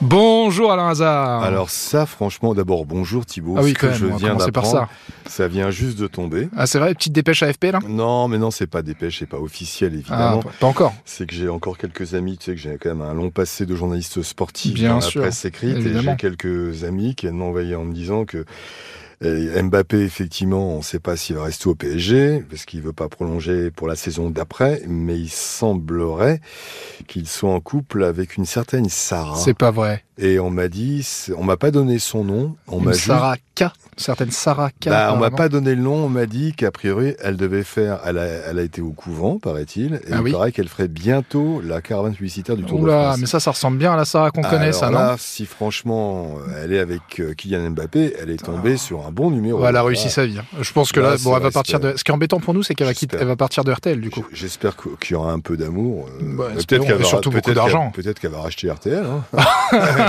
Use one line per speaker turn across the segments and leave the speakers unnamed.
Bonjour Alain Hazard.
Alors ça, franchement, d'abord bonjour Thibault.
ah oui,
Ce
quand
que
même,
je
on va
viens
commencer par ça.
d'apprendre, ça vient juste de tomber.
Ah, c'est vrai, petite dépêche AFP là
Non, mais non, c'est pas dépêche, c'est pas officiel
Ah,
évidemment.
pas- pas encore.
C'est que j'ai encore quelques amis, tu sais que j'ai quand même un long passé de journaliste sportif
Bien
dans
sûr,
la presse écrite et
évidemment.
j'ai quelques amis qui m'ont envoyé en me disant que euh, Mbappé, effectivement, on ne sait pas s'il va rester au PSG, parce qu'il veut pas prolonger pour la saison d'après, mais il semblerait qu'il soit en couple avec une certaine Sarah.
C'est pas vrai.
Et on m'a dit, c'est- on m'a pas donné son nom, on
Une
m'a bah, juste
Sarah K, certaine Sarah K.
Bah, on m'a
apparemment.
pas donné le nom, on m'a dit qu'a priori, elle devait faire, elle a, elle a été au couvent, paraît-il, et
Ah
il
oui.
paraît qu'elle ferait bientôt la caravane publicitaire du Tour de
Oula,
France.
mais ça, ça ressemble bien à la Sarah qu'on connaît,
Alors
ça, non
là, si franchement, elle est avec euh, Kylian Mbappé, elle est tombée sur un bon numéro.
Ah. Ouais, elle a réussi sa vie. hein. Je pense que là,
Là,
bon,
ça
elle va
reste,
partir de. Ce qui est embêtant pour nous, c'est qu'elle va quitter,
j'espère.
elle va partir de RTL du
J-
coup.
J'espère qu'au- qu'il y aura un peu d'amour. euh,
Bah,
mais
espérons, et
va-
surtout beaucoup
peut-être qu'elle-
d'argent.
Peut-être qu'elle va racheter RTL. hein.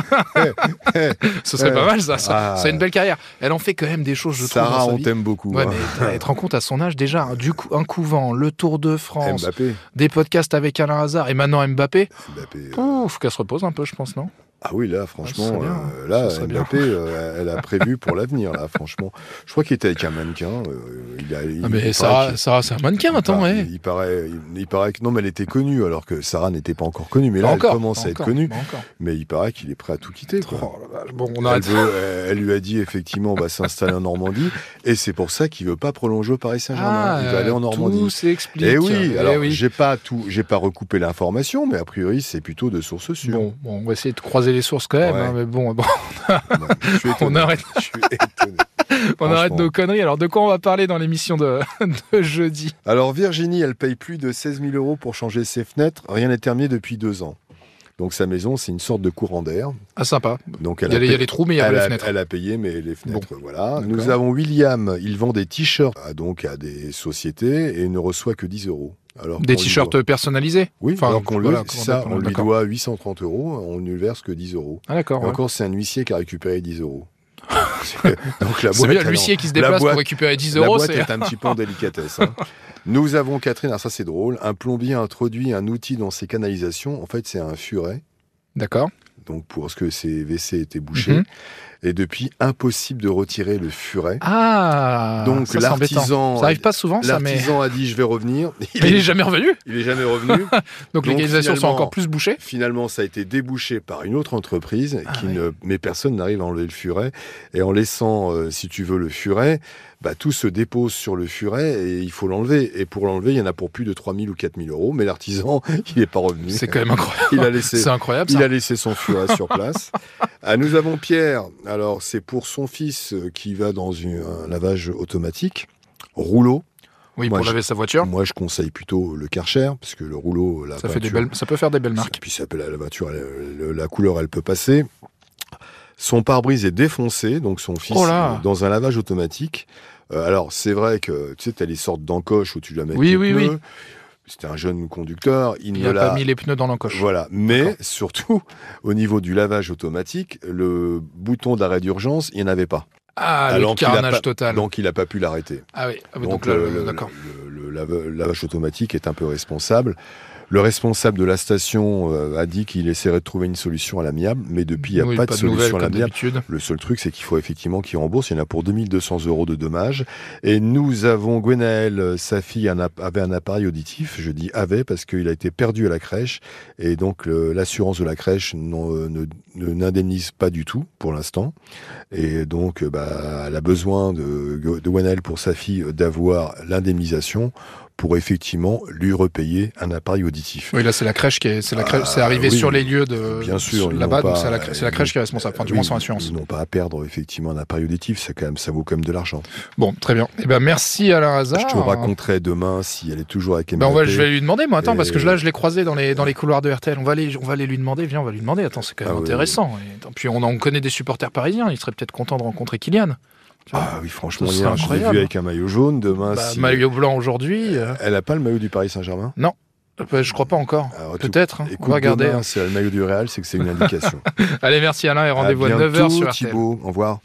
Ce serait
Euh,
pas mal, ça. ça.
ah.
C'est une belle carrière. Elle en fait quand même des choses, je trouve.
Sarah,
dans sa
on
vie.
t'aime beaucoup.
Ouais,
hein.
mais t'as- elle te rend compte à son âge déjà, hein, du coup, un couvent, le Tour
Eh
de France,
Mbappé,
des podcasts avec Alain Hazard et maintenant Mbappé.
Mbappé, euh,
Ouf, qu'elle se repose un peu, je pense, non
Ah oui, là, franchement,
serait bien,
euh,
ça
là,
serait bien.
Mbappé, euh, elle a prévu pour l'avenir, là, franchement. Je crois qu'il était avec un mannequin. euh, il a, il-
Ah,
il
Mais
paraît
Sarah,
qu'il-
Sarah, c'est un mannequin eh.
il
maintenant,
paraît-
ouais.
bah, il, paraît, il, il paraît que non, mais elle était connue, alors que Sarah n'était pas encore connue. Mais là,
Pas
elle
encore,
commence
pas
à être
encore,
connue.
pas encore.
Mais il paraît qu'il est prêt à tout quitter. quoi.
Oh la vache, Bon, on
Elle,
arrête.
veut- elle- elle lui a dit effectivement, on va s'installer en Normandie, et c'est pour ça qu'il veut pas prolonger au Paris Saint-Germain. il va aller en Normandie.
hein. Ah, Tout s'explique.
Et oui,
Eh
alors
oui.
j'ai pas tout, j'ai pas recoupé l'information, mais a priori c'est plutôt de sources sûres.
Bon, bon, on va essayer de croiser les sources quand même,
Ouais.
hein, mais bon, bon,
Non, je suis
on
étonné.
arrête,
Je suis étonné.
on
Franchement.
arrête nos conneries. Alors, de quoi on va parler dans l'émission de, de jeudi
Alors Virginie, elle paye plus de 16 000 euros pour changer ses fenêtres. Rien n'est terminé depuis deux ans. Donc sa maison, c'est une sorte de courant d'air.
Ah, sympa.
Donc
Il y, a les- il y a les trous, mais il y a pas
elle
les
a-
fenêtres.
elle a payé, mais les fenêtres,
D'accord.
voilà. Nous avons William, il vend des t-shirts à, donc à des sociétés et ne reçoit que 10 euros. Alors
Des
qu'on lui
t-shirts
doit-
personnalisés
Oui,
enfin,
alors qu'on le-
voilà, qu'on-
ça,
qu'on-
on lui
d'accord.
doit 830 euros, on ne lui verse que 10 euros.
Ah, d'accord.
Et
ouais.
encore, c'est un huissier qui a récupéré 10 euros. donc la
C'est bien,
boîte, alors-
l'huissier qui se
la
déplace
boîte-
pour récupérer 10
la
euros,
boîte
c'est.
est un petit peu en délicatesse. hein. Nous avons, Catherine, alors ça c'est drôle, un plombier a introduit un outil dans ses canalisations. En fait, c'est un furet,
D'accord.
donc pour ce que ses WC étaient bouchés.
Mhm.
Et depuis, impossible de retirer le furet.
Ah
donc
ça, c'est embêtant.
l'artisan
Ça arrive pas souvent, ça, mais.
l'artisan a dit je vais revenir. Il,
mais il
est,
est jamais revenu.
il est jamais revenu.
Donc, les
Donc,
canalisations sont
finalement-
encore plus bouchées.
Finalement, ça a été débouché par une autre entreprise,
Ah
qui
ouais.
ne... mais personne n'arrive à enlever le furet. Et en laissant, euh, si tu veux, le furet, bah, tout se dépose sur le furet et il faut l'enlever. Et pour l'enlever, il y en a pour plus de 3000 ou 4000 euros, mais l'artisan, il n'est pas revenu.
C'est quand même incroyable.
Il a laissé.
C'est incroyable, ça.
Il a laissé son furet sur place. Ah, nous avons Pierre. Alors, c'est pour son fils euh, qui va dans une- un lavage automatique, rouleau.
Oui,
Moi,
pour
je-
laver sa voiture.
Moi, je conseille plutôt le Karcher, parce que le rouleau, la
Ça, fait des
peinture-
belles, ça peut faire des belles marques.
et puis ça peut- la voiture, elle- le- la couleur, elle peut passer. Son pare-brise est défoncé, donc son fils
Oh là
est dans un lavage automatique. Euh, alors c'est vrai que tu sais, t'as les sortes d'encoches où tu dois mettre
Oui,
les
oui, oui.
pneus. C'était un jeune conducteur, il,
Il
ne
n'a
l'a
pas mis les pneus dans l'encoche.
voilà, mais
D'accord.
surtout au niveau du lavage automatique, le bouton d'arrêt d'urgence, il n'y en avait pas.
Ah, le
Alors qu'il a
carnage
pas-
total.
Donc il n'a pas pu l'arrêter.
ah oui, ah oui, donc,
Donc,
là,
le,
le-
le-
d'accord.
le- le lave- lavage automatique est un peu responsable. Le responsable de la station euh, a dit qu'il essaierait de trouver une solution à l'amiable, mais depuis, il n'y a
Oui,
pas de
nouvelles,
solution à
comme
l'amiable.
d'habitude.
Le seul truc, c'est qu'il faut effectivement qu'il rembourse. Il y en a pour 2200 euros de dommages. Et nous avons Gwenaël, euh, sa fille un app- avait un appareil auditif. Je dis avait parce qu'il a été perdu à la crèche. Et donc, le- l'assurance de la crèche n'en- euh, ne- ne- n'indemnise pas du tout pour l'instant. Et donc, euh, bah, elle a besoin de, de Gwenaël pour sa fille euh, d'avoir l'indemnisation pour effectivement lui repayer un appareil auditif.
Oui, là, c'est la crèche qui est, c'est la crèche,
Ah,
c'est arrivé
oui,
sur les
oui.
lieux de,
Bien sûr,
sur-
ils
là-bas,
n'ont
donc
pas-
c'est la, crèche- c'est la crèche qui est responsable, enfin, du
Oui,
moins sans assurance.
Ils n'ont pas à perdre effectivement un appareil auditif, ça, quand même, ça vaut quand même de l'argent.
Bon, très bien. Eh ben, merci Alain Hazard.
Je te raconterai demain si elle est toujours avec Mbappé.
Ah. Ben, on va, je vais lui demander, moi, attends,
Et-
parce que là, je l'ai croisé dans les, dans les couloirs de RTL. On va aller, on va aller lui demander, viens, on va lui demander. Attends, c'est quand même
Ah oui,
intéressant. Et attends, puis, on, en connaît des supporters parisiens. Il serait peut-être content de rencontrer Kylian.
Ah oui, franchement,
Ce serait
hier, je l'ai
incroyable.
vu avec un maillot jaune. Demain,
Bah,
si-
maillot blanc aujourd'hui, euh,
elle n'a pas le maillot du Paris Saint-Germain
bah, je crois pas encore.
Alors, tout-
Peut-être, hein. on
Écoute,
va regarder.
demain, c'est le maillot du Real, c'est que c'est une indication.
Allez, merci Alain et rendez-vous à,
bientôt,
9h sur RTL.
Thibaut. Au revoir.